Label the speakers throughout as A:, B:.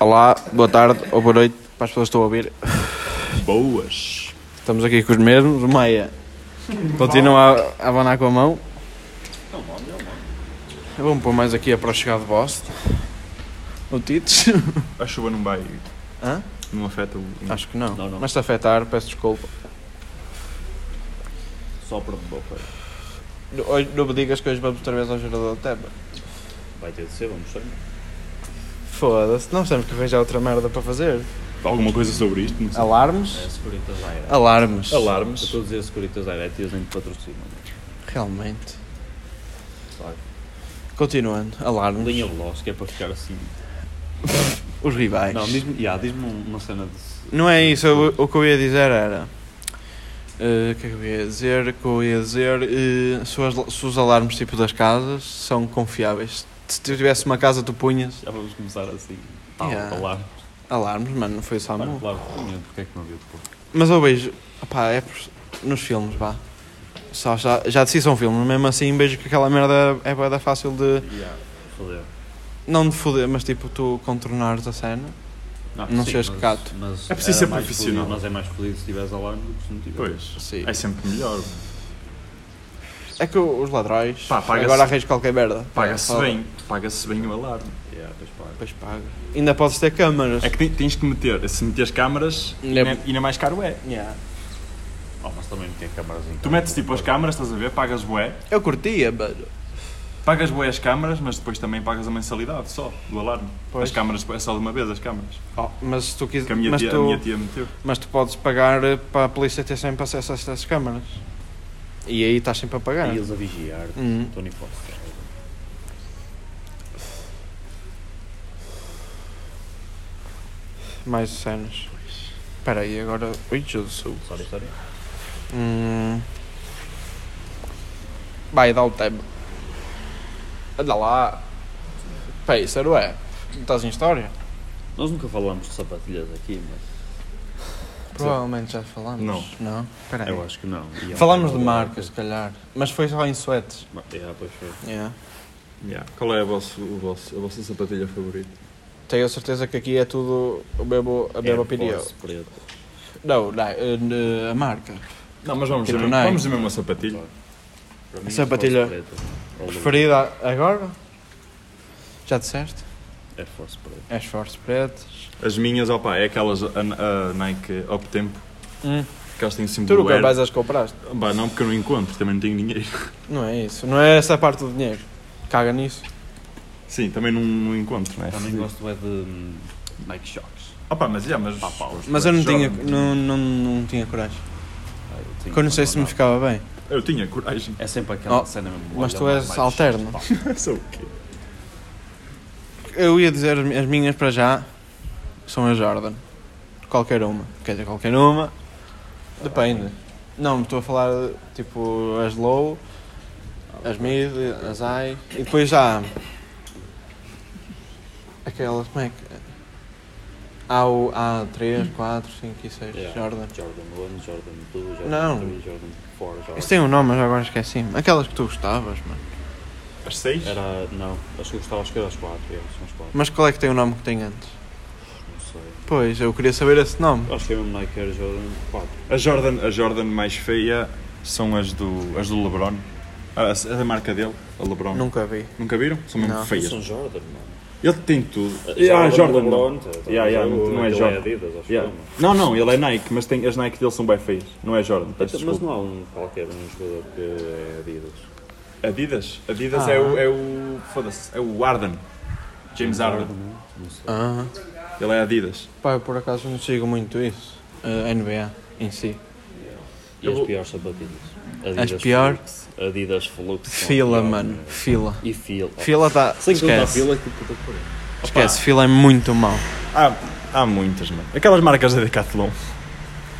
A: Olá, boa tarde ou boa noite para as pessoas que estão a ouvir.
B: Boas.
A: Estamos aqui com os mesmos. O Maia continua a a abanar com a mão. Vamos pôr mais aqui a para chegar de Bost. O Tites?
B: A chuva não vai.
A: Hã?
B: Não afeta o.
A: Acho que não.
C: Não, não.
A: Mas se afetar, peço desculpa.
C: Só um para de boca.
A: Hoje, não me digas que hoje vamos outra vez ao gerador de terra.
C: Vai ter de ser, vamos ser.
A: Foda-se, nós temos que arranjar outra merda para fazer.
B: Alguma coisa sobre isto? Não sei.
A: Alarmes?
C: É Securitas Aira.
A: Alarmes.
C: Eu
B: Alarmes.
C: estou a dizer Securitas Aira, é tios em patrocínio.
A: né? Realmente.
C: Claro.
A: Continuando, alarmes.
C: Linha veloz, que é para ficar assim.
A: Os rivais.
C: Não, diz-me yeah, diz uma cena de.
A: Não é isso, o, o que eu ia dizer era. eh, O que é que eu ia dizer? O que eu ia dizer? eh, se, os, se os alarmes tipo das casas são confiáveis. Se tu tivesse uma casa, tu punhas
C: Já vamos começar assim. Pau,
A: Yeah.
C: falar.
A: alarmes, mano, não foi só
C: Claro,
A: amor.
C: claro. Tinha, Porque é que não viu depois?
A: Mas eu vejo, opá, é por- nos filmes, vá. Só, já, já de si são filmes, mesmo assim vejo que aquela merda é bué da fácil de.
C: Yeah. Foder.
A: Não de foder, mas tipo, tu contornares a cena. Não
C: sim,
A: sejas
C: mas-
A: cato.
C: Mas
B: É preciso
C: era
B: ser
C: mais
B: profissional.
C: fodido, mas é mais fodido se tiveres alarme do que se não tiveres.
B: Pois.
A: Sim.
B: É sempre melhor.
A: É que os ladrões.
B: Pá, paga-se-
A: agora arranjas qualquer merda.
B: Paga-se
A: Foda.
B: bem. Paga-se bem o alarme.
C: Yeah, pois pá.
A: Depois paga. Ainda podes ter câmaras.
B: É que ten- tens que meter. Se meteres câmaras,
A: Ainda é-
B: ainda ainda mais caro é.
A: Yeah.
C: Oh, mas também não tem câmaras em
B: Tu
C: casa.
B: metes tipo as câmaras, estás a ver? Pagas bué.
A: Eu curtia, mano.
B: Pagas bué as câmaras, mas depois também pagas a mensalidade só do alarme.
A: Pois.
B: As câmaras é só de uma vez as câmaras.
A: Oh, mas se tu quiser,
B: Que a minha,
A: mas,
B: tia, a
A: tu,
B: minha tia meteu.
A: mas tu podes pagar eh, para a polícia ter sempre acesso a essas câmaras. E aí estás sempre a pagar.
C: E eles a vigiar.
A: Uhum.
C: Tony Foster.
A: Mais cenas. Espera aí, agora. Ui, Jesus.
C: Sorry, sorry.
A: Hum. Vai, dá o tempo. Anda lá. Pá, isso não é? Não estás em história?
C: Nós nunca falámos de sapatilhas aqui, mas
A: Provavelmente já falámos.
B: Não. É
A: Não? Espera aí.
C: eu acho que não. E é um
A: Falámos de
C: bocado-
A: marcas, se calhar. Mas foi só em suetes.
C: Yeah, pois foi.
A: Yeah.
B: Qual é a, vosso, o vosso, a vossa sapatilha favorita?
A: Tenho certeza que aqui é tudo o mesmo, a mesma
C: Air
A: opinião.
C: Force preto.
A: Não, não, eh, n- a marca.
B: Não, mas vamos
A: Tipo
B: dizer,
A: Nike.
B: vamos dizer mesmo a sapatilha.
C: Para mim,
A: Sapatilha
C: Air Force preta. All the way.
A: Preferida agora? Já disseste? É
C: Air Force preta.
A: As Force pretas.
B: As minhas, opa, é aquelas a, a Nike Op Tempo, que elas têm
A: Hum,
B: o
A: Tu
B: símbolo
A: nunca
B: Air.
A: mais as compraste?
B: Bah, não, porque eu não encontro, também não tenho dinheiro.
A: Não é isso. Não é essa parte do dinheiro. Caga nisso.
B: Sim, também não, não encontro, não é?
C: Também gosto é de hum, Nike Shocks.
B: Opa, mas, já, mas...
C: Pá, pá, os
A: Mas eu não
B: Jordan.
A: tinha, não, não, não tinha coragem.
C: Ah, eu tenho
A: Porque eu não sei
C: que
A: se me
C: abandonar.
A: ficava bem.
B: Eu tinha coragem.
C: É sempre aquela
A: Oh,
C: cena mesmo.
A: mas
C: olha,
A: tu és
C: vais-
A: alterno.
C: pá,
B: Sou o quê?
A: Eu ia dizer as mi- as minhas para já são as Jordan. Qualquer uma. Quer dizer, qualquer uma. Depende. Não, estou a falar tipo as low, as mid, as high. E depois já há aquelas, como é que. Há o A3, 4, 5 e 6
C: Yeah.
A: Jordan.
C: Jordan 1, Jordan 2, Jordan
A: Não.
C: 3, Jordan 4, Jordan...
A: Isso tem um nome, mas agora esqueci-me. Aquelas que tu gostavas, mano.
B: As seis?
C: Era, não, acho que eu gostava, acho que era as 4, é, são as 4,
A: Mas qual é que tem o nome que tem antes?
C: não sei.
A: Pois, eu queria saber esse nome.
C: Acho que era mesmo Nike Air Jordan 4.
B: A Jordan, a Jordan mais feia são as do, as do LeBron. A, a- a marca dele, a LeBron.
A: Nunca vi.
B: Nunca viram? São mesmo
A: Não.
B: feias.
C: São Jordan, mano.
B: Ele tem tudo.
C: Ah,
B: Ah, Jordan, não. Yeah, yeah,
C: não,
B: não- não é
C: aquele
B: Jordan.
C: Adidas, acho
B: Yeah.
C: que não.
B: Não, não, ele é Nike, mas tem, as Nike dele são bem feias. Não é Jordan, peço
C: Mas
B: desculpa.
C: não há um qualquer um jogador que é Adidas.
B: Adidas? Adidas
A: Ah.
B: é o. É o foda-se, é o Arden. James Arden.
C: Não sei.
A: Ah.
B: Ele é Adidas.
A: Pá, eu por acaso não sigo muito isso. A NBA em si.
C: E as piores sapatilhas? Adidas
A: As pior?
C: Flux, Adidas Flux. são
A: Fila,
C: as piores,
A: mano.
C: né?
A: Fila.
C: E fila.
A: Fila tá.
C: Sem contar a
A: Esquece.
C: fila que puta que pariu.
A: Esquece. Fila é muito mau.
B: Há, há muitas, mano. Aquelas marcas da Decathlon.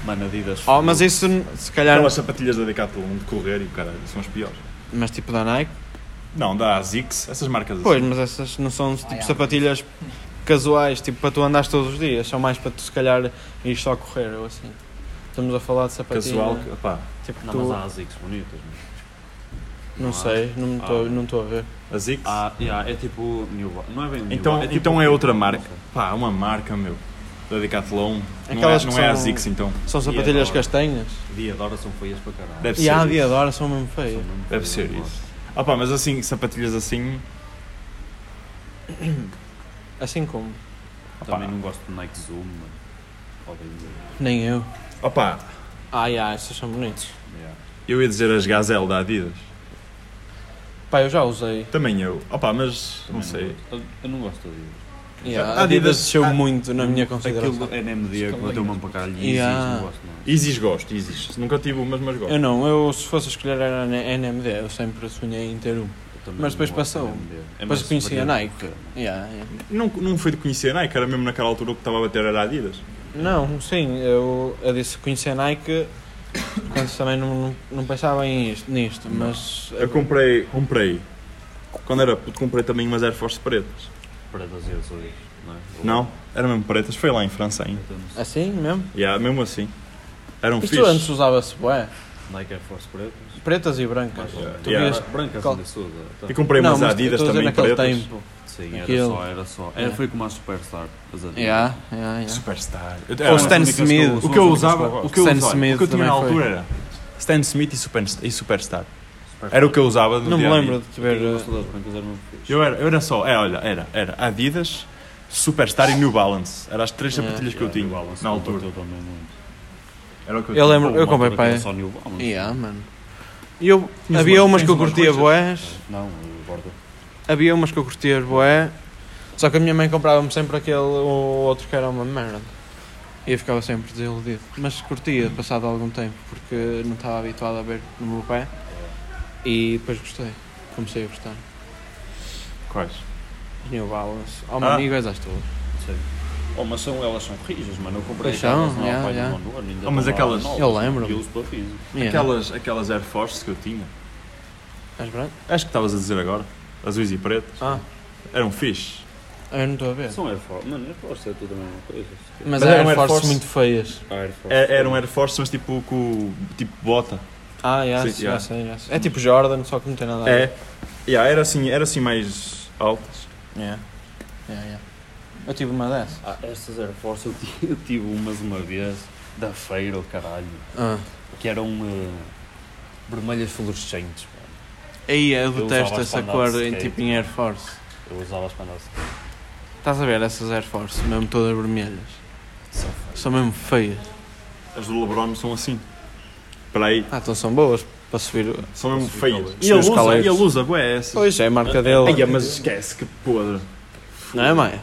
C: Mano, Adidas
A: Oh, mas isso n- se calhar.
B: Aquelas sapatilhas da Decathlon de correr e o caralho, são as piores.
A: Mas tipo da Nike.
B: Não, da ASICS, essas marcas
A: Pois,
B: assim.
A: mas essas não são tipo sapatilhas casuais, tipo para tu andares todos os dias. São mais para tu se calhar ir só correr ou assim. Estamos a falar de sapatilha.
B: Casual, que- opá.
A: Tipo,
C: Não,
A: tu...
C: mas há Asics bonitas, mano.
A: Não
C: há.
A: sei, não estou
C: Ah.
A: não estou a ver.
B: A Zix?
C: Ah, yeah, é tipo New Balance. Não é bem New
B: então
C: Balance,
B: é,
C: tipo-
B: então é outra marca. Pá, uma marca, meu. Da Decathlon.
A: Aquelas que
B: não é, não é a
A: são-
B: Zix, então.
A: São
C: E
A: sapatilhas
C: agora?
A: castanhas.
C: Diadora são feias para caralho.
B: Deve
A: E há a
B: ser. isso.
A: Diadora são mesmo
C: São
A: feias.
C: mesmo
B: Deve
C: feias,
B: ser
C: eu
B: isso.
C: gosto.
B: Ah pá, mas assim, sapatilhas assim...
A: Assim como.
C: Também não gosto de Nike Zoom, mano. Podem dizer.
A: Nem eu.
B: Ah pá,
A: Ah, yeah, estes são bonitos.
C: Yeah.
B: eu ia dizer as Gazelle da Adidas.
A: Pá, eu já usei.
B: Também eu. Ah pá, mas
C: Também
B: não sei.
C: gosto. Eu- Eu não gosto de Adidas.
A: Yeah,
B: A
A: a Adidas ah,
B: Adidas-
A: desceu
B: a-
A: muito na minha
C: Aquilo
A: consideração.
C: é NMD que bateu uma para caralho. E
A: Yeah.
C: yeah. não gosto, não. é?
B: Isis gosto, Isis. Nunca tive umas, mas gosto.
A: Eu não, eu se fosse escolher era a NMD, eu sempre sonhei em ter um.
C: Eu também
A: Mas depois
C: não gosto de
A: passou.
C: NMD. É
A: Depois
C: mais
A: conheci a
C: variante.
A: Nike. Yeah, yeah.
B: Não, não foi de conhecer a Nike, era mesmo naquela altura que estava a bater era a Adidas.
A: Não, sim, eu, eu disse que conheci a Nike quando também não, não, não pensava em isto, nisto, mas.
B: Eu comprei, comprei. Quando era puto, comprei também umas Air Force pretas.
C: Para fazer os olhos, não é?
B: Não, eram mesmo pretas, foi lá em França ainda.
C: Então, não sei.
A: Assim mesmo?
B: Yeah, mesmo assim. Eram
A: Isto antes
B: fixes.
A: usava-se bué,
C: é? Nike Air Force eh, pretas.
A: pretas e brancas.
B: Yeah.
A: Tu
B: Yeah.
A: vias-
C: Brancas
A: Qual-
C: ainda se usa. tá.
B: E comprei umas
A: mas
B: Adidas
A: eu estou a
B: também
A: dizer naquele
B: pretas.
A: tempo.
C: Sim, era
A: Aquilo.
C: só, era só. Era,
A: Yeah.
C: Foi como a Superstar. as Adidas.
A: Yeah, yeah, yeah.
B: Superstar.
A: Ou Stan
C: as únicas que eu
A: Smith.
C: uso,
B: O que eu
C: as únicas
B: usava,
C: gosto.
B: o que eu,
A: Stan
B: usava,
A: Smith
B: o que eu tinha na
A: também foi.
B: altura era Stan Smith e, Super, e Superstar. Era o que eu usava do
A: Não me
B: dia a dia.
A: lembro de te ver.
C: Eu
A: uh,
C: gosto das brancas, eram fixe.
B: Eu era, eu era só, é, olha, era, era Adidas, Superstar e New Balance. Eram as três sapatilhas que eu
C: Yeah,
B: tinha
C: New Balance,
B: na
C: eu
B: altura.
C: bateu também muito.
B: Era o que eu
A: Eu
B: tinha.
A: lembro,
C: Houve
A: eu
C: uma
A: comprei
C: altura
A: para
C: que era Só New Balance.
A: Yeah, mano. E eu,
B: Tinhas
A: havia
B: umas-
A: umas que eu
B: tinhas umas
A: curtia
B: coisas?
A: boés,
C: Não, o Borda.
A: havia umas que eu curtia boé, só que a minha mãe comprava-me sempre aquele ou outro que era uma merda. E eu ficava sempre desiludido. Mas curtia, passado algum tempo, porque não estava habituado a ver no meu pé. E depois gostei. Comecei a gostar.
B: Quais?
A: As New Balance. Ao
B: Ah.
A: ah. amigo és às tuas.
C: Sei. Oh, mas são, elas são rijas, mano. Eu comprei é?
A: Pois são,
C: aquelas
A: yeah,
C: na Alpine
A: yeah.
C: no nono ano, ainda
B: Oh, mas
C: estão lá
B: aquelas-
C: novas,
A: Eu lembro-me.
C: Eu uso para físico.
A: Yeah.
B: Aquelas, aquelas Air Force que eu tinha.
A: És branco?
B: Acho que estavas a dizer agora. Azuis e pretas.
A: Ah,
B: Eram fixe.
A: eu não estou
B: É.
A: a ver.
C: São Air Force. Mano, Air Force é tudo a mesma coisa.
A: Mas,
B: Mas
A: há
B: era
A: Air
B: um Air
A: Force,
B: Force-
A: muito feias.
C: Ah, Air Force.
B: É, eram Air Force, mas tipo com tipo bota.
A: Ah, yeah,
B: Sim,
A: já
B: yeah.
A: sei, já sei. É tipo Jordan, só que não tem nada a ver.
B: É. Yeah, era assim, era assim mais altas.
A: Yeah. Yeah, yeah. Eu tive uma dessas.
C: Ah, estas Air Force eu tive, eu tive umas uma vez da feira, o caralho.
A: Ah.
C: Que eram eh, vermelhas fluorescentes, mano.
A: Aí eu
C: usava
A: detesto
C: as
A: essa
C: Pandats
A: cor
C: de
A: em,
C: skate.
A: tipo em Air Force.
C: Eu usava as para andar
A: Estás a ver essas Air Force, mesmo todas vermelhas. São mesmo feias.
B: As do LeBron são assim. Para aí.
A: Ah, então são boas para subir. o-
B: São mesmo
C: Os
B: feias.
A: escaleiros.
B: E ele
A: Os
B: usa,
A: escaleiros.
B: e ele usa, bué, essas.
A: Pois é, a marca
B: Ai,
A: dele.
B: é, mas esquece, que podre.
A: Não é, Maia?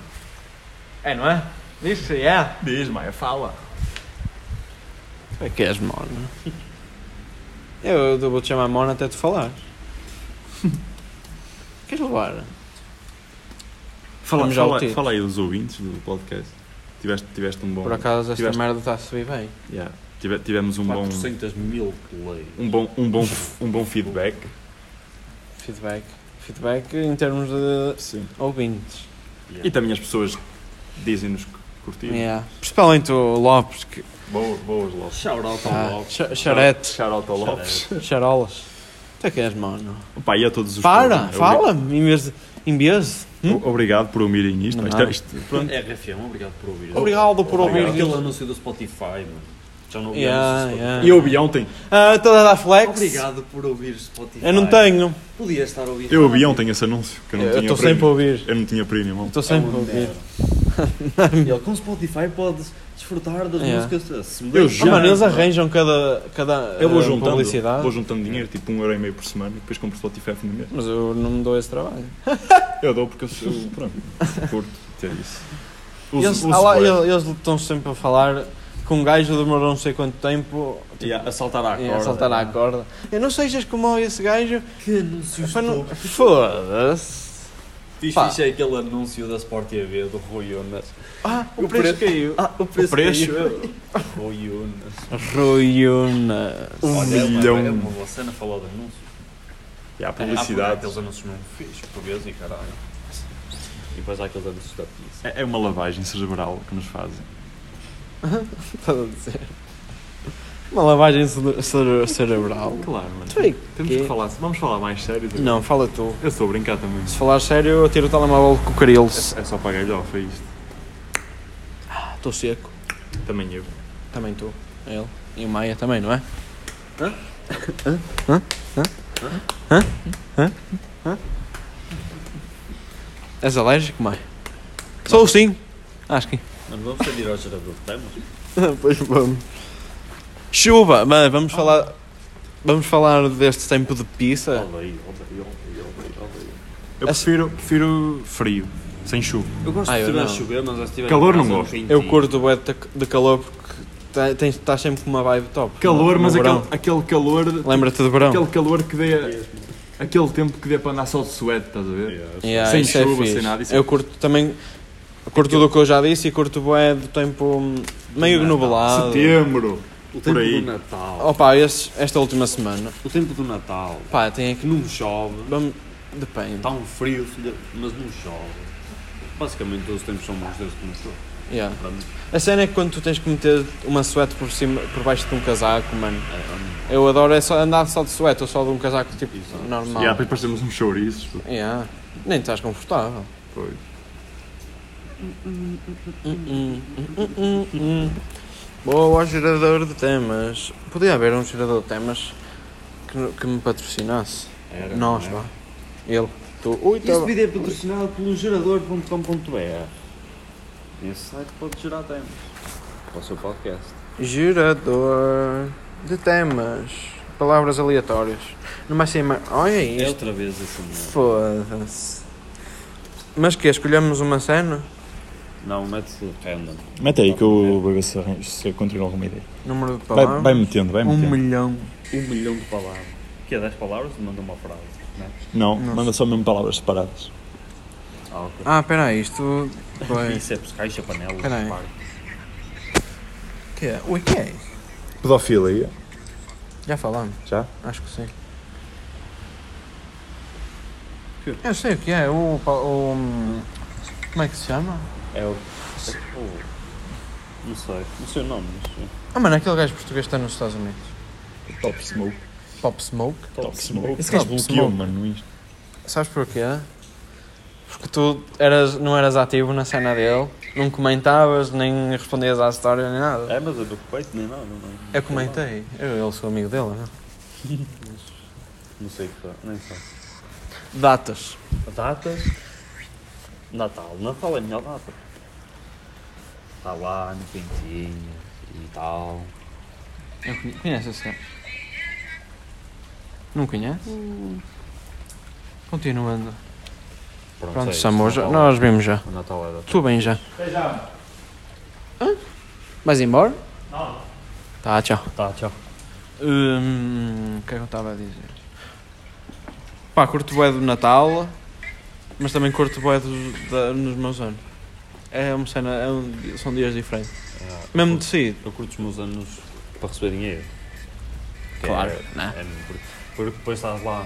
A: É, não é? Diz que é.
B: Diz, Maia, fala.
A: Tu é que és morno. Eu, eu vou-te chamar morno até tu falares. Queres levar?
B: Fala,
A: Vamos já ao
B: fala,
A: tiro.
B: fala aí dos ouvintes do podcast. Tiveste, tiveste um bom.
A: Por acaso esta
B: Tiveste-
A: merda está a subir bem.
B: Yeah. Tive- tivemos um bom,
C: 400 mil play.
B: um bom, um bom, um bom feedback.
A: Feedback. Feedback em termos de
B: Sim.
A: ouvintes.
B: E também as pessoas dizem-nos que curtiram.
A: Yeah. Principalmente o Lopes, que
B: Boas, boas, Lopes.
C: Shout out ao
A: Ah,
C: Lopes.
A: cha- charete,
B: Shout out ao Lopes.
A: charolas. Tu é que és mano.
B: Opa, e a todos os
A: Para,
B: que ouvem.
A: fala-me em vez de. Em vez de-
B: Obri- o- Obrigado por ouvirem isto.
A: Não
B: Isto- é,
A: nada.
B: isto- pronto.
C: RFM, obrigado por ouvir.
A: Obrigado por
C: Obrigado.
A: ouvir.
C: Aquele anúncio do Spotify, mano. Já não ouvi
A: Yeah,
C: anúncios do
A: yeah.
B: E eu ouvi ontem.
A: Ah, toda da flex.
C: Obrigado por ouvir Spotify.
A: Eu não tenho.
C: Podia estar a ouvir.
B: Eu ouvi ontem esse anúncio. Que eu não
A: Eu
B: tinha
A: estou sempre a
B: premium.
A: ouvir.
B: Eu não tinha premium.
A: Estou
C: É
A: sempre a
C: uma
A: ouvir. Ah,
C: merda. E ele, com Spotify podes desfrutar das
A: Yeah.
C: músicas.
B: Eu
A: Ah,
B: já-
A: mano, eles arranjam cada, cada
B: Eu vou
A: ah,
B: juntando,
A: publicidade.
B: vou juntando dinheiro, tipo um euro e meio por semana, e depois compro Spotify no mês.
A: Mas eu não me dou esse trabalho.
B: Eu dou porque eu sou, pronto, curto ter isso. Uso-
A: Eles,
B: uso
A: ah lá,
B: bué.
A: eles, eles estão sempre a falar com um gajo demorou não sei quanto tempo
C: Yeah, a saltar à
A: e
C: corda.
A: a saltar à corda. Eu não sejas como esse gajo.
C: Que anúncio
A: Foi no- Foda-se.
C: Diz
A: Pá.
C: fixe é aquele anúncio da Sport TV do Rui Unas.
A: Ah, o,
C: O
A: preço
C: preço-
A: caiu.
C: Ah, o preço,
B: preço?
C: caiu. Rui Unas.
A: Ruiunas.
B: Um
C: Olha,
B: milhão.
C: É uma boa cena falar de anúncios. Ah,
B: E há
C: Há
B: publicidade.
C: aqueles anúncios não fixos, por vezes, e caralho. E depois há aqueles anúncios da pizza.
B: É é uma lavagem cerebral que nos fazem.
A: Estás a dizer? Uma lavagem cere- cere- cerebral.
C: Claro, mano.
B: Então,
A: Tu é
C: Temos
A: quê?
C: que falar. Vamos falar mais sério. do-
A: Não, fala tu.
C: Eu estou a brincar também.
A: Se falar sério, eu tiro o telemóvel com o caril.
C: É, é só para galhofa isto.
A: Estou Ah, seco.
C: Também eu.
A: Também tu. Ele. E o Maia também, não é? És alérgico, Maia? Sou sim. Acho que.
C: Mano, vamos sair ao gerador que temos?
A: pois vamos. Chuva, mas vamos falar. Vamos falar deste tempo de pizza.
C: Olha aí, olha aí, olha aí, olha aí.
B: Eu
A: Assim-
B: prefiro, prefiro frio, sem chuva.
C: Eu gosto
A: Ah, eu
C: de tiver a
A: não.
C: chover, mas já estiver
B: Calor
C: em
B: não
C: casa,
B: gosto.
C: um
A: Eu
C: pintinho.
A: curto o de, de calor porque te- tens, estás sempre com uma vibe top.
B: Calor,
A: No-
B: mas
A: no
B: aquele,
A: verão.
B: aquele calor. de-
A: Lembra-te do verão?
B: Aquele calor que dê. Aquele tempo que dê para andar só de suéte, estás a ver?
C: Yeah,
A: Yeah,
B: Sem
A: isso é
B: chuva,
A: fixe.
B: sem nada, isso é
A: Eu curto também. Curto do que eu já disse e curto bué do tempo hum, meio
C: Não,
A: nublado.
B: Setembro!
C: O
B: Por
C: tempo
B: aí.
C: do Natal.
A: Opa, esse- esta última semana.
C: O tempo do Natal. É
A: Pá, tem
C: Que
A: aqui.
C: não chove.
A: Vamos- Depende.
C: Está um frio, filha, mas não chove. Basicamente todos os tempos são bons desde que não chove.
A: Yeah.
C: Para mim,
A: A cena é que quando tu tens que meter uma suéte por cima, por baixo de um casaco, mano.
C: é, para mim,
A: Eu adoro é só andar só de suéte ou só de um casaco tipo
C: Exato.
A: normal.
B: Yeah, depois parecemos uns chouriços.
A: Yeah. Nem estás confortável.
B: Pois.
A: Hum, hum, hum, hum. Boa, gerador de temas. Podia haver um gerador de temas que, que me patrocinasse.
C: era,
A: Nós,
C: não
A: vá.
C: é?
A: Ele. Tu. Ui, tá
C: Este
A: bem.
C: vídeo é patrocinado pelo gerador.com.br. Esse site pode gerar tempos. Para o seu podcast.
A: Gerador de temas. Palavras aleatórias. Não vai ser mais. Olha
C: É
A: isto.
C: outra vez essa merda.
A: Foda-se. Mas que escolhemos uma cena?
C: Não, mete-se random.
B: Mete aí que eu vou ver se, se eu encontro alguma ideia.
A: Número de
B: Vai,
A: palavras.
B: vai metendo, vai
A: um
B: metendo.
A: milhão.
C: Um milhão de palavras. Que é 10 palavras? Manda uma frase. Não. é?
B: Não,
A: Não.
B: manda só mesmo palavras separadas.
C: Ah, ok.
A: Ah, peraí, isto. Pois.
C: Bíceps, caixa, panela,
A: Ah, é. Peraí.
C: parte.
A: que é? Ui, que é?
B: Pedofilia.
A: Já falámos?
B: Já?
A: Acho que sim.
C: Que?
A: Eu sei o que é. O, pa- o. Como é que se chama?
C: É o. o- Não sei. Não sei o nome, mas. é.
A: Ah, mano, aquele gajo português que está nos Estados Unidos.
B: Top Smoke.
A: Pop Smoke.
B: Top Smoke. Esse
A: Top
B: gajo bloqueou,
A: Smoke.
B: mano, isto.
A: Sabes porquê? Porque tu eras, não eras ativo na cena dele, não comentavas, nem respondias à história, nem nada.
C: É, mas eu do peito nem nada, não.
A: Eu comentei. Eu, eu sou amigo dele, não? é?
C: Não sei o que foi, nem sei.
A: Datas.
C: Datas. Natal. Natal é a melhor data. Está lá no pintinho e tal.
A: Eu conhe- conheço esse cara. Não conhece? Continuando.
C: é
A: Pronto,
C: isso,
A: Samu, já-
C: Natal-
A: nós vimos já.
C: O Natal é da
A: Tudo bem já. Hã? Vais embora? Não. Tá, tchau.
C: Tá, tchau.
A: Hum, o que é que eu estava a dizer? Pá, curto bué do Natal, mas também curto bué dos, da- nos meus anos. É uma cena, é um- são dias diferentes.
C: Ah,
A: Mesmo
C: eu
A: de si,
C: curto- Eu curto os meus anos para receber dinheiro. Que
A: claro,
C: é-
A: né?
C: é porque- Porque depois estás lá.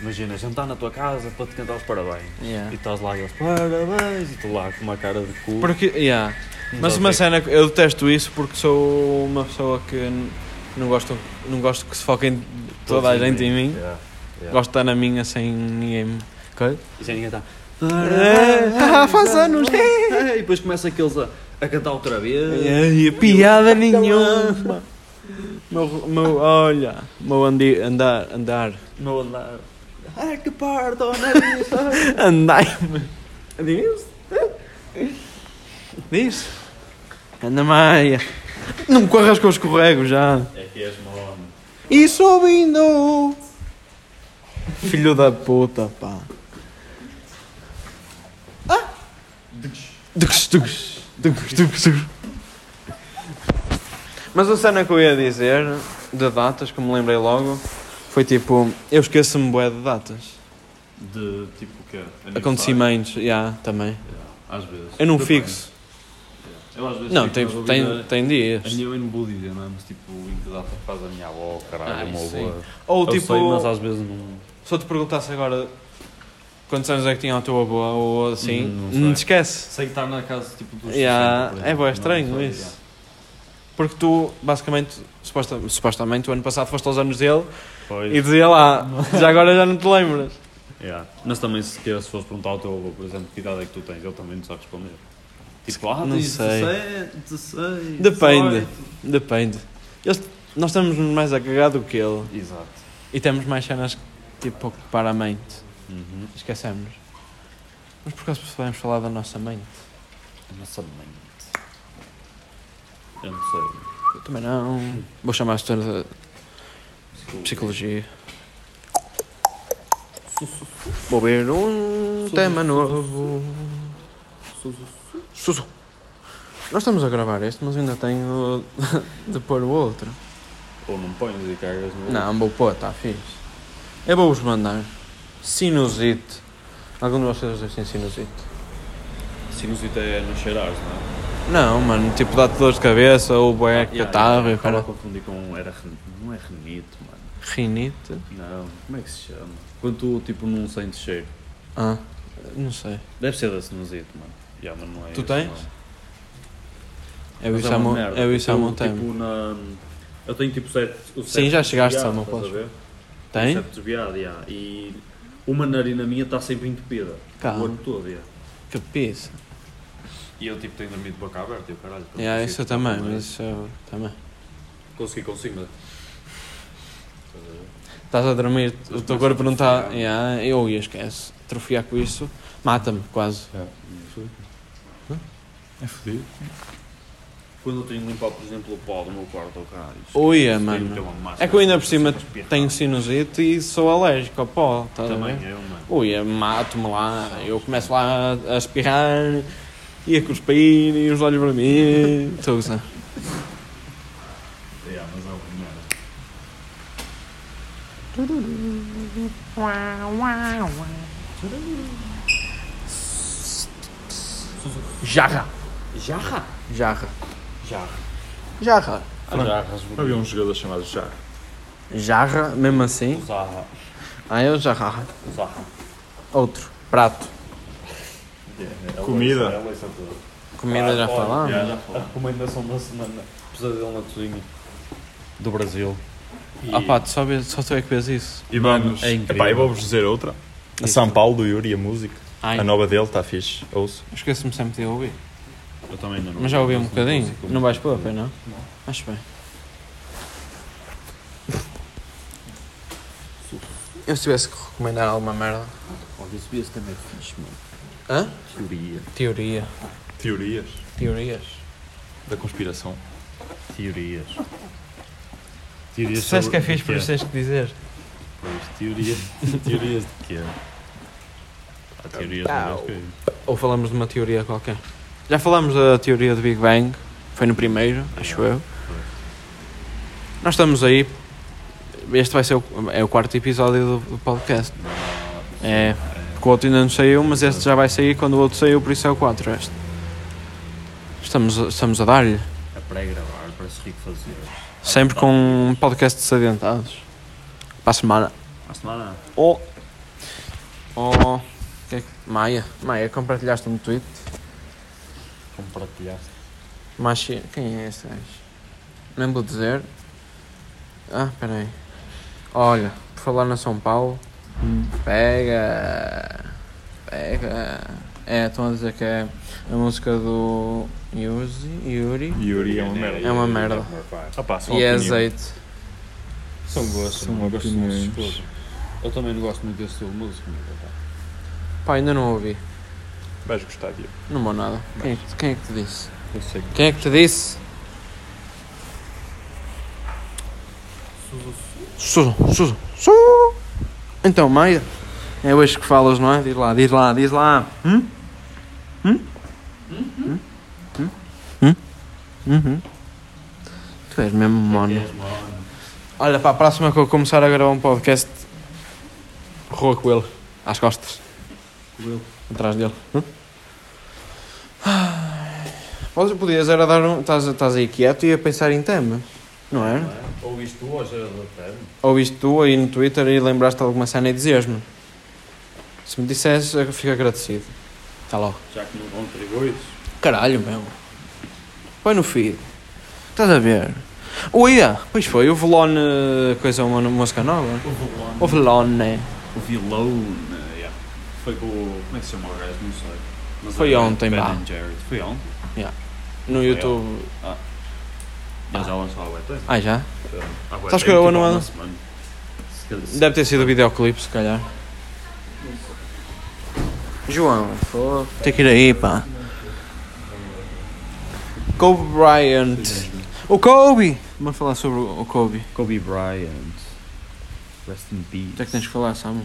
C: Imagina, jantar na tua casa para te cantar os parabéns. E
A: Yeah.
C: estás lá e eles, parabéns, e tu lá com uma cara de cu.
A: Porque, yeah.
C: Não
A: Mas
C: dá
A: uma
C: o quê?
A: cena, que- eu detesto isso porque sou uma pessoa que n- não gosto, não gosto que se foquem toda a
C: Todos
A: gente em mim.
C: Yeah, yeah.
A: Gosto de estar na minha sem ninguém me. Okay.
C: E sem é ninguém está.
A: Ah, faz anos!
C: E depois começa aqueles a, a cantar outra vez.
A: Ai, piada nenhuma. Meu, meu, olha, meu andi, andar, andar.
C: No andar. Ai que pardo, não é
A: Andai-me.
C: isso?
A: Diz? Anda Maia. Não me corras que eu escorrego já.
C: É que és mono.
A: E subindo. Filho da puta, pá. Ah! Dux, dux, dux, dux, dux. Mas a cena que eu ia dizer, de datas, que me lembrei logo, foi tipo, eu esqueço-me bué de datas.
C: De tipo o quê? Aniversário?
A: Acontecimentos, já, também.
C: Yeah, Às vezes.
A: Eu não
C: Depende.
A: fixo.
C: Eu às vezes
A: Não,
C: fico,
A: tem,
C: mas vou
A: tem,
C: ver
A: tem
C: a- A
A: dias.
C: minha eu não vou dizer, não é? Mas tipo, em que data faz a minha avó,
A: Ah,
C: caralho, o meu
A: isso sim.
C: avô.
A: Ou
C: Eu
A: tipo,
C: sei, mas às vezes não.
A: se eu te perguntasse agora quantos anos é que tinha o teu avô ou assim,
C: Hum, não
A: não,
C: sei.
A: te esquece.
C: Sei que está na casa tipo dos.
A: Yeah, é
C: 60, por
A: bué
C: exemplo, não
A: estranho
C: sei,
A: isso.
C: yeah.
A: Porque tu, basicamente, suposta- supostamente, o ano passado foste aos anos dele
C: Pois.
A: e dizia lá, já agora já não te lembras.
C: Yeah. Mas também, se queres, se fosse perguntar ao teu avô, por exemplo, que idade é que tu tens, ele também não sabe responder. Tipo, ah,
A: Não
C: tens
A: sei.
C: 17, 16.
A: Depende.
C: 18.
A: Depende. Eles- nós estamos mais a cagar do que ele.
C: Exato.
A: E temos mais cenas que, tipo, a ocupar a mente.
C: Uhum.
A: Esquecemos. Mas por acaso vamos falar da nossa mente?
C: A nossa mente. Eu não sei.
A: Eu também não. Vou chamar a história da psicologia. Vou ver um tema novo. Susu. Nós estamos a gravar este, mas eu ainda tenho de pôr o outro.
C: Ou não pões e cagas no.
A: Não, é vou pôr, está tá fixe. É Eu vou-vos mandar. Sinusite. Algum de vocês dois tem sinusite?
C: Sinusite é não cheirares, não é?
A: Não, mano, tipo dá-te dor de cabeça ou bué, catarro e
C: Estava
A: para.
C: a confundir com. Era, ren- não é renito, mano.
A: Rinite?
C: Não. Como é que se chama? Quando tu, tipo, não sentes cheiro.
A: Ah, não sei.
C: Deve ser da sinusite, mano. Já, mas não é
A: Tu
C: esse
A: tens?
C: nome.
A: Eu
C: Mas
A: isso
C: é
A: há
C: uma
A: mu-
C: merda.
A: eu isso há
C: Eu,
A: muito tempo.
C: Tipo, na... Eu tenho tipo sete. o
A: Sim,
C: sete
A: já chegaste,
C: desviado,
A: Samuel,
C: estás a ver? tipo,
A: Tem?
C: Sete desviado, já. E uma narina minha está sempre entupida. O
A: Calma.
C: ano todo, já.
A: Que pizza.
B: E eu tipo tenho dormido de boca aberta e o caralho. tipo,
A: É, isso eu também,
C: tipo
A: mas isso eu também.
B: Consegui com cima.
A: Estás a dormir, o
B: Mas
A: teu
B: começa
A: corpo
B: a
A: não está.
B: atrofiar.
A: Yeah, eu ia esquece. Atrofiar com isso, mata-me quase.
B: É fodido.
C: Quando eu tenho que limpar, por exemplo, o pó do meu quarto, ou caralho.
A: Uia,
C: Tenho
A: mano.
C: ter uma máscara,
A: É que eu ainda por
C: assim,
A: cima
C: para espirrar.
A: tenho sinusite e sou alérgico ao pó. Estás a
C: Também
A: ver?
C: eu, mano.
A: Ui, mato-me lá, eu começo lá a espirrar e a cuspir e os olhos para mim. Estou a gozar.
C: Já, mas é o primeiro.
A: Jarra!
C: Jarra!
A: Jarra!
C: Jarra.
A: Jarra!
C: Ah, jarras,
B: Havia um jogador chamado Jar.
A: Jarra, mesmo assim.
C: Zarra.
A: Ah, eu jarra.
C: Zarra.
A: Outro. Prato.
C: Yeah, é
B: Comida.
C: leite- É leite a tudo.
A: Comida já
C: Ah,
A: falámos.
C: já, já falámos. A recomendação da semana. Pesadelo na cozinha. Do Brasil. E...
A: Ah pá, tu só, vês- só tu é que vês isso.
B: E vamos.
C: é incrível.
B: Epá, eu vou-vos dizer outra. A São Paulo do Yuri, a música.
A: Ai,
B: A nova dele está fixe. Ouço.
A: esqueço-me sempre de ouvir.
C: Eu também ainda não.
A: Mas já ouvi um
C: não
A: bocadinho.
C: consigo.
A: Não vais pôr, pois não? Acho bem. Eu se tivesse que recomendar alguma merda.
C: Olha, subias também é fixe, mano.
A: Hã?
C: Teoria.
A: Teoria.
B: Teorias
A: Teorias.
B: da conspiração.
C: Teorias. Teorias
A: Sabes que é fixe por isso tens que dizer.
B: Teorias. Teorias de quê?
C: Há teorias de várias coisas.
A: Ou falamos de uma teoria qualquer. Já falámos da teoria do Big Bang, foi no primeiro, acho eu. Nós estamos aí. Este vai ser o, é o quarto episódio do, do podcast. É, porque o outro ainda não saiu, mas este já vai sair quando o outro saiu, por isso é o 4. Este. Estamos, a- estamos a dar-lhe.
C: A É pré-gravar, parece rico fazer.
A: Sempre com um podcast desadiantados. Para a semana.
C: À semana.
A: Oh! Oh! Que é que- Maia, Maia, compartilhaste um tweet?
C: Compartilhaste.
A: Machi... Quem é esse gajo? Nem vou dizer. Ah, peraí. Olha, por falar na São Paulo. Pega. Pega. É, estão a dizer que é a música do Yuzi, Yuri.
B: Yuri é uma merda.
A: É uma merda.
B: Opa, são
A: E é
B: opiniões.
A: azeite.
B: São gostos.
C: Ah, São
B: não gosto
C: opiniões.
B: desses gostos.
C: Eu também não gosto muito desse estilo de música, meu papá.
A: Pá, ainda não ouvi.
B: Vais gostar, Diogo.
A: Não vou nada. Quem é, que, quem é que te disse?
C: Eu sei que.
A: Quem é que te disse? Suso, Suso, Suso. Então, Maia, é hoje que falas, não é? Diz lá, diz lá, diz lá. Hum? Hum? Hum? Hum? Uhum. Tu és mesmo
C: é
A: mono. Olha, para a próxima que eu começar a gravar um podcast, rua com ele, às costas,
C: Coelho.
A: atrás dele. Hum? Ai. Podes- Podias era dar um. Estás, estás aí quieto e a pensar em temas, não é? era?
C: Ou isto hoje era da terra.
A: ouviste tu aí no Twitter e lembraste alguma cena e dizias-me. Se me dissesses, eu fico agradecido. Está logo.
C: Já que não contribuis.
A: Caralho, meu. Põe no feed. Estás a ver? Oh, ia, pois foi, o Velone, coisa, uma música nova.
B: O vilão.
A: O Velone.
B: O vilão. eh, yeah. Foi com o. Como é que se chama o gajo? Não sei. Mas
A: Foi
B: era
A: ontem,
B: Ben
A: pá.
B: and Jerry's. Foi ontem.
A: No YouTube.
B: Já já lançou Tipo, a web.
A: Ah, já?
B: Agora,
A: Sabes que eu não ando- Deve ter sido o videoclipe, se calhar. João, tem que ir aí, pá. Kobe Bryant. O Kobe! Vamos falar sobre o Kobe.
C: Kobe Bryant. Rest in peace.
A: O que é que tens que falar, Samu?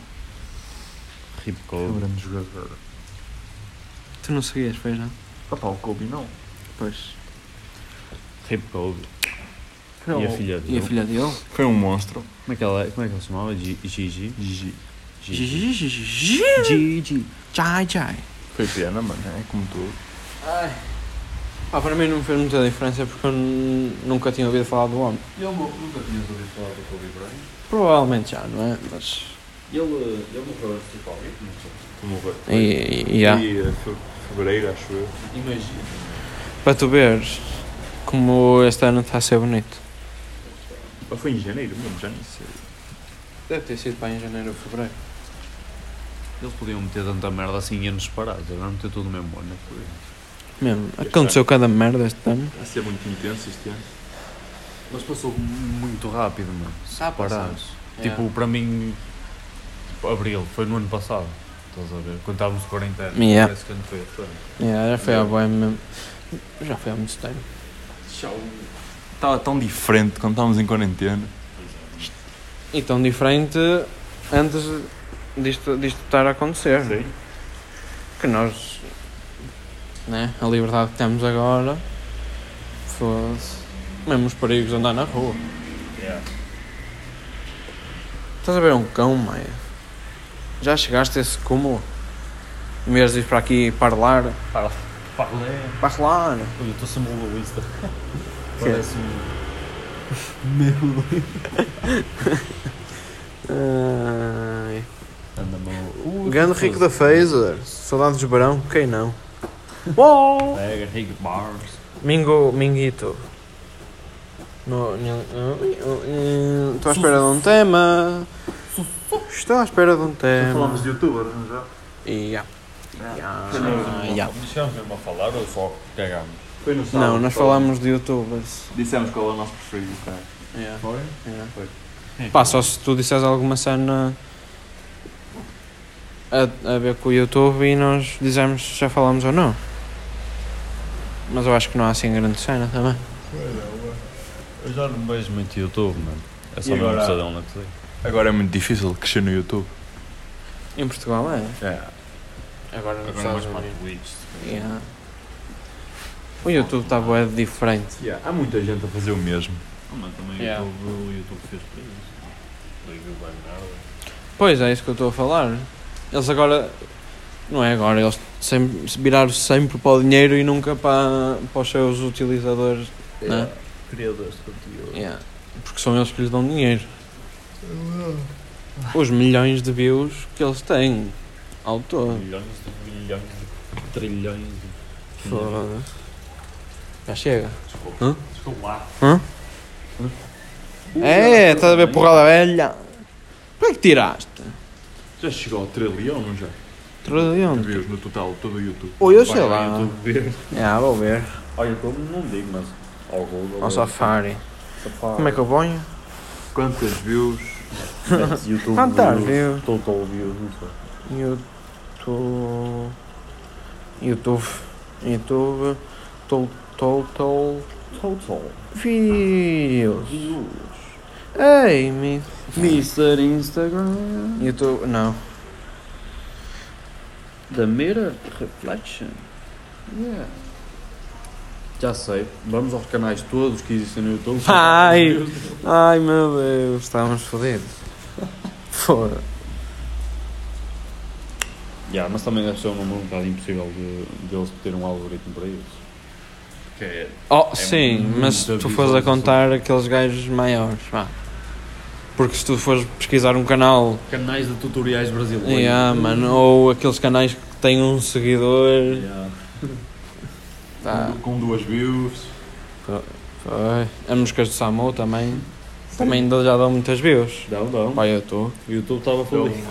C: Rip Kobe.
D: grande jogador.
A: Tu não seguias, pois não?
D: Papá, o Kobe não.
A: Pois.
C: Rip Kobe. E a
A: Não.
C: filha dele.
A: E a filha dele?
B: Foi um monstro.
C: Como é que ela, como é que ela se chamava? Gi- Gigi?
B: Gigi.
C: Gigi.
A: Gigi. Jai, jai.
B: Foi pena, mano. É como tudo.
A: Ah, para mim não fez muita diferença porque eu n- nunca tinha ouvido falar do homem.
B: Eu nunca tinha ouvido falar do Kobe Bryant.
A: Provavelmente já, não é? Mas.
B: Ele, eh, ele morreu antes do Covid, não sei. Morreu.
A: E, e, há.
B: Foi em eh, fe- fevereiro, acho eu. Imagina.
A: Para tu veres como este ano está a ser bonito.
B: Ou foi em janeiro mesmo, já nem sei.
A: Deve ter sido para em janeiro ou fevereiro.
C: Eles podiam meter tanta merda assim em anos parados. Agora meter tudo no mesmo ano.
A: Mesmo. Aconteceu cada merda este ano.
B: Vai ser muito intenso este ano.
C: Mas passou muito rápido, mano.
A: Ah,
C: Parados. Tipo, para mim, tipo, abril, foi no ano passado. Estás a ver? Quando estávamos 40 anos,
A: Yeah.
C: parece que ano foi este ano.
A: Yeah, já foi há boa mesmo. Já foi há muito tempo.
B: Estava Tá tão diferente quando estávamos em quarentena.
A: E tão diferente antes disto, disto estar a acontecer. Que nós. Né? A liberdade que temos agora. Foda-se. Mesmo os perigos de andar na rua. Estás a ver um cão, Maia? Já chegaste a esse cúmulo? Em vez de ir para aqui parlar.
C: Parlé.
A: Parlar!
C: Eu estou sem o Insta.
A: Que?
C: Parece um.
A: Ai.
C: Anda mal.
A: Um Grande rico da Phaser. Saudades de verão, quem não? Oh!
C: Pega, Rick Bars.
A: Mingo, Minguito. No, no, no, no, estou à espera de um tema. Estou à espera de um tema.
D: de youtuber, não já?
A: E, ah,
B: Não.
A: e, ah.
C: Deixamos mesmo a falar ou só cagamos?
B: Foi no
A: Não, nós falámos de youtubers.
B: Dissemos qual é o nosso preferido, cara.
A: Yeah,
B: Foi?
A: yeah. Pá, só se tu disseres alguma cena a, a ver com o YouTube e nós dizemos se já falámos ou não. Mas eu acho que não há assim grande cena também.
C: Eu já não vejo muito YouTube, mano. É
B: E
C: só mesmo
B: agora?
C: pesadelo na cozinha.
B: Agora é muito difícil crescer no YouTube.
A: Em Portugal é.
B: É.
A: Agora nos
C: Agora é mais
A: Estados
C: para
A: Unidos.
C: Twitch.
A: Yeah. O YouTube está bué de diferente.
B: Há muita gente a fazer o mesmo.
C: Ah, mas também o
A: Yeah.
C: YouTube, o YouTube fez para isso. Não viu bem nada.
A: Pois é, isso que eu estou a falar. Eles agora. Não é agora, eles sempre, se viraram sempre para o dinheiro e nunca para, para os seus utilizadores. Né?
C: Criadores de conteúdo.
A: Yeah. Porque são eles que lhes dão dinheiro. Os milhões de views que eles têm ao todo.
C: Milhões de milhões de trilhões de.
A: Foda-se. Já chega.
C: Desculpa.
A: Hã?
C: Desculpa lá.
A: Hã? É, estás a ver porrada velha. Para que tiraste?
B: Já chegou ao trilhão, não já?
A: Trilhão.
B: Views no total, todo o YouTube.
A: Ou eu sei
C: Vai
A: lá.
C: ao YouTube ver.
A: Ah, vou ver.
C: Ao YouTube não digo, mas ao Google.
A: Ao Safari. Como é que eu ponho?
B: Quantas views?
C: Metes YouTube
A: Quantas
C: views,
A: views?
C: Total views, não sei.
A: YouTube. YouTube. YouTube. Total. Total.
C: Total
A: Views.
C: views.
A: Ei, me.
C: Mr. Instagram.
A: YouTube. Não.
C: The Mirror Reflection. Yeah. Já sei, vamos aos canais todos que existem no YouTube.
A: Ai! Ai meu Deus, estávamos fodidos. Foda.
C: Yeah, mas também deve ser um número um bocado impossível de, de eles terem um algoritmo para isso. Que é.
A: Oh, sim,
C: muita
A: mas se tu fores a
C: visualização.
A: contar aqueles gajos maiores, vá. Porque se tu fores pesquisar um canal
C: Canais de tutoriais brasileiros.
A: Yeah, mano, ou aqueles canais que têm um seguidor.
C: Yeah.
A: Tá.
B: Com duas views.
A: Foi. As músicas do Samu também. Também ainda já dão muitas views.
C: Não, não.
A: Pai, eu estou.
C: O YouTube estava
B: Dão,
C: feliz.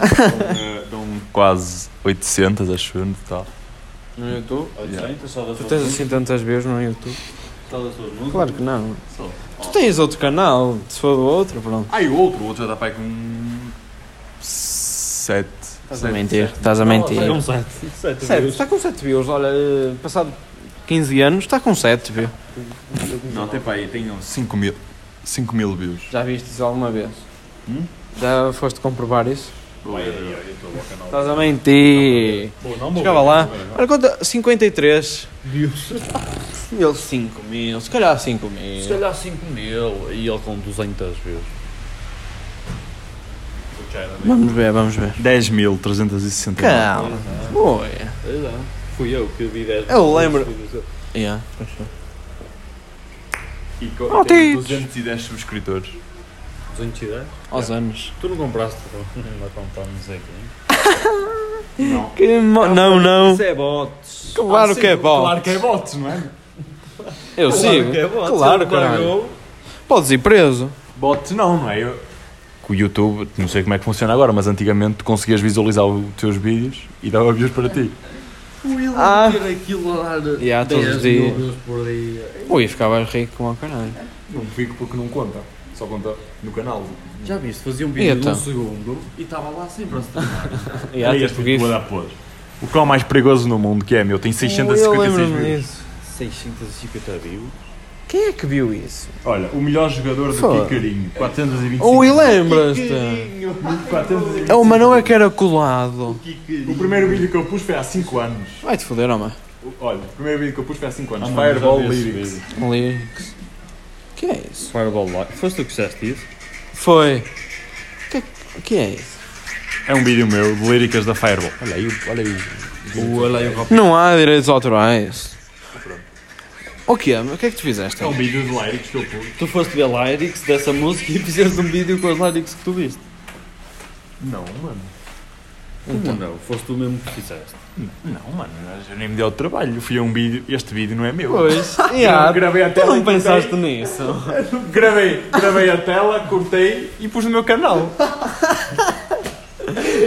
B: eh, dão quase 800, acho eu, no total.
A: No YouTube?
B: Yeah.
C: um só
A: Tu
C: das suas
A: tens
C: músicas?
A: assim tantas views no YouTube?
C: Só das suas músicas?
A: Claro que não.
C: Só.
A: Tu tens outro canal, se for do outro, pronto.
B: Ah, e o outro? O outro já está pai com 7.
A: Estás a mentir, estás a mentir.
C: Não, só com sete. Sete
A: Sete,
C: views.
A: está com 7 views, olha, eh, passado 15 anos está com 7 views.
B: Não, até para aí, um. tenho 5 mil. 5 mil views.
A: Já viste isso alguma vez?
B: Hum?
A: Já foste comprovar isso?
C: Ai, ai, ai, eu estou louco, não.
A: Estás a mentir.
C: é Pô, não, meu
A: Chegava
C: bem,
A: lá.
C: não,
A: Olha conta, 53.
C: Views.
A: Ele 5 mil, se calhar 5
B: É.
A: mil.
C: Se calhar 5 mil e ele com 200 views.
A: Vamos ver, vamos ver.
B: 10.360.
A: Calma. Oi.
C: Pois é. Fui eu que vi 10
A: Eu lembro-
C: views.
A: Yeah.
B: E co-
A: Oh,
B: tem
A: tits.
B: 210 subscritores.
C: 210?
A: Aos anos.
C: Tu não compraste não compramos aqui.
B: Não.
A: Que mo- não, não.
C: Isso é bots.
A: Hum.
C: Ah,
A: Claro que é bom.
B: Claro que é bots, não é?
A: Eu sigo.
C: que é bots.
A: Claro,
C: Ele pagou.
A: Podes ir preso.
B: Bots não, não é? Com o YouTube, não sei como é que funciona agora, mas antigamente tu conseguias visualizar os teus vídeos e dava views para ti.
C: O Will
A: Ah.
C: ter aquilo a dar
A: Yeah, todos os
C: 10 mil
A: dias.
C: views por dia.
A: Ui, ficava rico como ao caralho.
B: Não fico porque não conta. Só conta no canal.
C: Já viste? Fazia um vídeo de
A: então?
C: um segundo e estava lá sempre a se
B: É
A: E há tipo gif.
B: O cão mais perigoso no mundo que é meu, tem
A: Eu
B: 656
A: lembro-me
B: views.
A: disso.
C: 650 views.
A: Quem é que viu isso?
B: Olha, o melhor jogador
A: Foda.
B: do Kikarinho, 425.
A: Ui, lembras-te?
B: 425.
A: É, o Manão é que era colado.
C: é
B: O primeiro vídeo que eu pus foi há 5 anos.
A: Vai-te foder, homem.
B: Olha, o primeiro vídeo que eu pus foi há 5 anos.
C: Ah, mas
B: Fireball
C: já vi esse
B: Lyrics.
A: Um Lyrics. que é isso?
C: Fireball Live. Foste tu que fizeste isso?
A: Foi. que, que é isso?
B: É um vídeo meu de líricas da Fireball. Olha aí, olha aí. olha aí
A: Não há direitos autorais. O que é? O que é que tu fizeste?
B: É um vídeo de líricas que eu pus.
C: Tu foste ver lyrics dessa música e fizeste um vídeo com as lyrics que tu viste.
B: Não, mano.
C: Então. Não, foste tu mesmo que fizeste.
B: Não, mano. Eu nem me deu o trabalho. Fui a um vídeo. Este vídeo não é meu.
A: Pois.
B: Eu gravei a
A: tu
B: tela.
A: não
B: e cortei.
A: pensaste nisso?
B: Gravei, gravei a tela, cortei e pus no meu canal.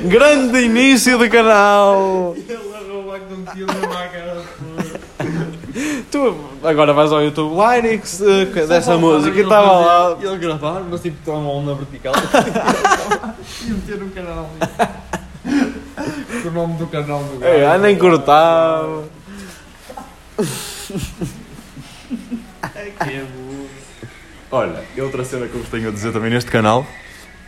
A: Grande início do canal. Tu agora vais ao YouTube Lyrics eh, que- dessa música e estava lá.
C: Ele gravar, mas tipo, estava mão na vertical. e meter no canal. o nome do canal do
A: Ei, ah, nem cortava.
B: Olha, e outra cena que eu vos tenho a dizer também neste canal.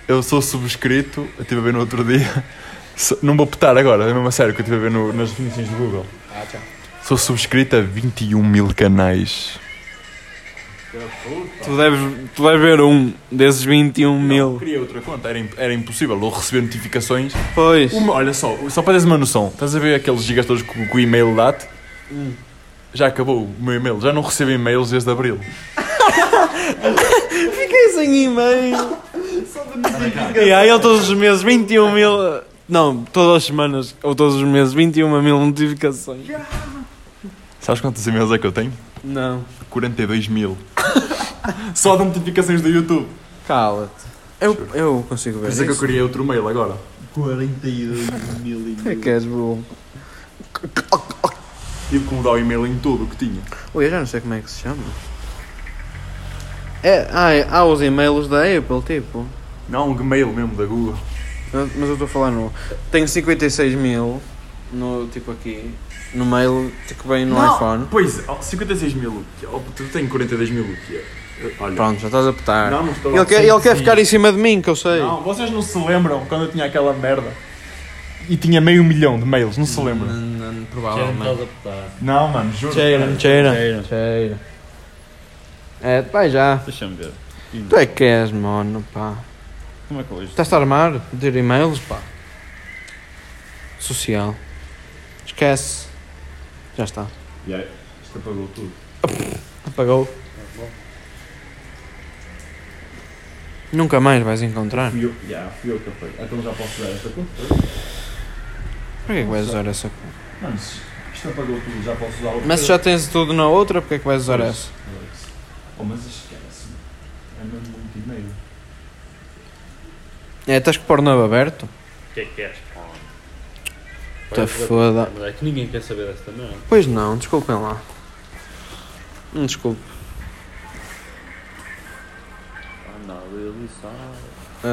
B: Eu sou subscrito, eu estive a ver no outro dia. so- Não vou petar agora, é mesmo a sério que eu estive a ver no- nas definições do Google. Sou subscrito a 21 mil canais.
A: Tu deves, tu deves ver um desses 21
B: Eu
A: mil.
B: criei outra conta, era, im- era impossível eu receber notificações.
A: Pois.
B: Uma- olha só, só para teres uma noção, estás a ver aqueles gigas todos que, o- que o e-mail dá-te? Já acabou o meu e-mail, já não recebo e-mails desde abril.
A: Fiquei sem é e-mail. E aí, eu todos os meses 21 mil. Não, todas as semanas ou todos os meses 21 mil notificações.
B: Sabes quantos e-mails é que eu tenho?
A: Não.
B: 42 mil. Só de notificações do YouTube.
A: Cala-te. Eu, eu consigo ver.
B: Por isso é que eu
A: Isso.
B: criei outro mail agora.
D: 42 mil
A: É que és burro.
B: Tive que mudar o e-mail em tudo o que tinha.
A: Ui, eu já não sei como é que se chama. É, há, há os e-mails da Apple, tipo.
B: Não, o Gmail mesmo da Google.
A: Eu- Mas eu estou a falar no. Tenho 56 mil no tipo aqui. No mail tipo, que vem no iPhone.
B: Pois, ó, 56 mil. ó, Tu tens 42 mil o que é? Olha.
A: Pronto, já estás a petar.
B: Não, não estou
A: ele quer,
B: Sim,
A: ele quer
B: sim.
A: ficar em cima de mim, que eu sei.
B: Não, vocês não se lembram quando eu tinha aquela merda. E tinha meio milhão de mails, não se lembram?
A: Não, não,
C: Já não
A: provavelmente.
C: é estás a botar.
B: Não, mano, juro.
A: Cheira, cheira. Cheira. É, vai já.
C: Deixa-me ver.
A: Tu é que és, mano, pá.
C: Como é que hoje?
A: Estás a armar? Pedir e-mails, pá. Social. Esquece. Já está.
B: E aí, isto apagou tudo.
A: Apagou. Nunca mais vais encontrar.
B: Fui eu, já, fui eu que apaguei. Então já posso dar esta conta?
A: Porquê que vais usar essa? co-
B: Mano, isto apagou tudo, já posso usar outra.
A: Mas se já tens tudo na outra, porquê que vais usar essa?
B: Oh, mas esquece. É mesmo muito dinheiro.
A: É, tens que pôr o nabo aberto?
C: O que é que queres?
A: Tá foda.
C: Mas é que ninguém quer saber desta merda.
A: Pois não, desculpem lá. Hum, Desculpe.
C: Anda ali, sabe?
A: Ah,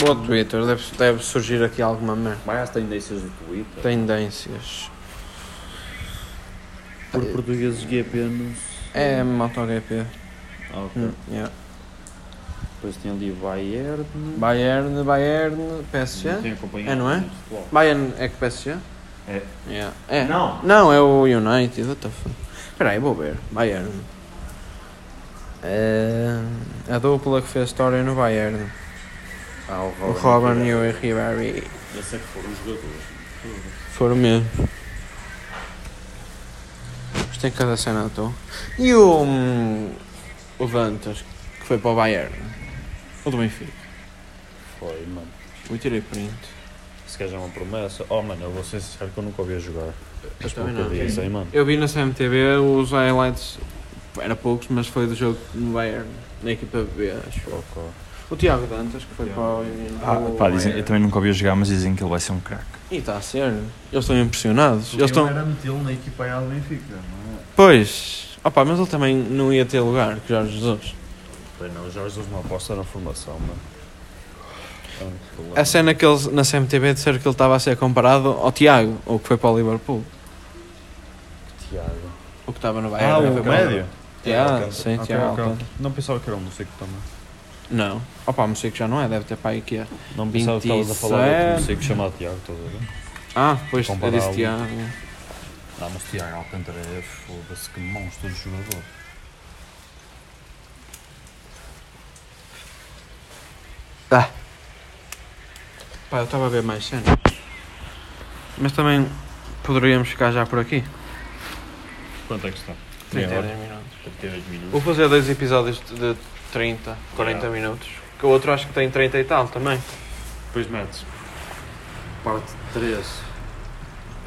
A: Uh, vou ao Twitter, deve, deve surgir aqui alguma merda.
C: Vai às tendências do Twitter.
A: Tendências.
C: Por portugueses GP nos...
A: É MotoGP.
C: Ah, ok.
A: Hum, yeah.
C: Depois tem ali Bayern.
A: Bayern, Bayern, PSG?
C: Tem acompanhado
A: É, não é?
C: muito futebol.
A: Bayern é que PSG?
B: É.
A: Yeah. É.
B: Não.
A: Não, é o United, what the fuck. Espera aí, vou ver. Bayern. É, a dupla que fez história no Bayern.
C: Ah, o
A: O
C: Robin.
A: Robin e o Ribéry
C: Eu sei que um foram os jogadores.
A: foram mesmo. Mas tem cada cena à toa. então. E o, hum, o Dantas, que foi para o Bayern. O do Benfica.
C: Foi, mano.
A: Eu tirei print.
C: Se queres uma promessa. Oh, mano, eu vou ser sincero que eu nunca ouvi a jogar. As
A: também não.
C: porcarias, hein, mano?
A: Eu vi na CMTV os highlights, era poucos, mas foi do jogo no Bayern, na equipa B, acho.
C: Ok.
A: O Tiago Dantas, que foi para o. é-
B: Ah, pá, dizem, eu também nunca ouvi jogar, mas dizem que ele vai ser um craque.
A: E está tá a ser. Eles estão impressionados. Eles estão.
D: era metê-lo na equipa A do Benfica, não é?
A: Pois. Opa, mas ele também não ia ter lugar, que Jorge Jesus.
C: Bem, não, o Jorge houve uma aposta na formação, mano.
A: A cena que eles na CMTV disseram que ele estava a ser comparado ao Tiago, ou que foi para o Liverpool.
C: Tiago.
A: O que estava no Bayern.
B: Ah,
A: não
B: o
A: foi para
B: médio?
A: Tiago, sim, Tiago. Alcântara.
C: Não pensava que era um músico também.
A: Não. Opa, mas sei que já não é, deve ter para aí que é.
C: Não pensava que estavas a falar de outro músico chamado Tiago, estás a ver?
A: Ah, pois, eu
C: Compará-lo.
A: disse né? Tiago.
C: Ah, mas Tiago Alcântara é foda-se que monstro de jogador.
A: Pá, eu estava a ver mais cenas. Mas também poderíamos ficar já por aqui.
C: Quanto é que está?
A: 32 minutos.
C: 32
A: Vou
C: minutos.
A: fazer dois episódios de 30, 40
C: Yeah.
A: minutos. Que o outro acho que tem 30 e tal também.
C: Depois metes. Parte 3.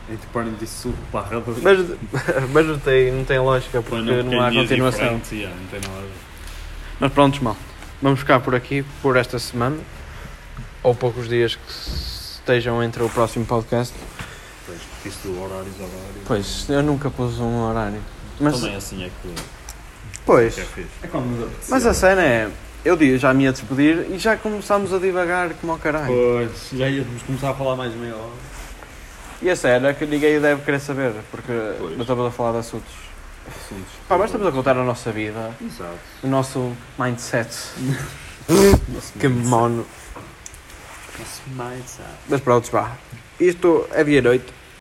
C: Entre parênteses barra 2.
A: Mas, mas não, tem, não tem lógica porque não há continuação.
C: não tem nada a ver.
A: Mas pronto, mal. Vamos ficar por aqui por esta semana. Ou poucos dias que se- estejam entre o próximo podcast.
C: Pois, porque isso do horário e horário.
A: Pois, eu nunca pus um horário. Mas,
C: Também assim é que,
A: pois.
C: que é fixe.
D: É quando nos apetecer.
A: Mas a cena é. Eu di- já me ia despedir e já começámos a divagar como ao caralho.
D: Pois, já íamos começar a falar mais meia hora.
A: E a cena é que ninguém deve querer saber, porque
D: Pois.
A: não estamos a falar de assuntos.
D: Assuntos.
A: Pá, mas estamos a contar a nossa vida,
C: Exato.
A: o nosso mindset. que mono.
D: Nosso mindset.
A: Mas pronto, vá. Isto é dia e noite.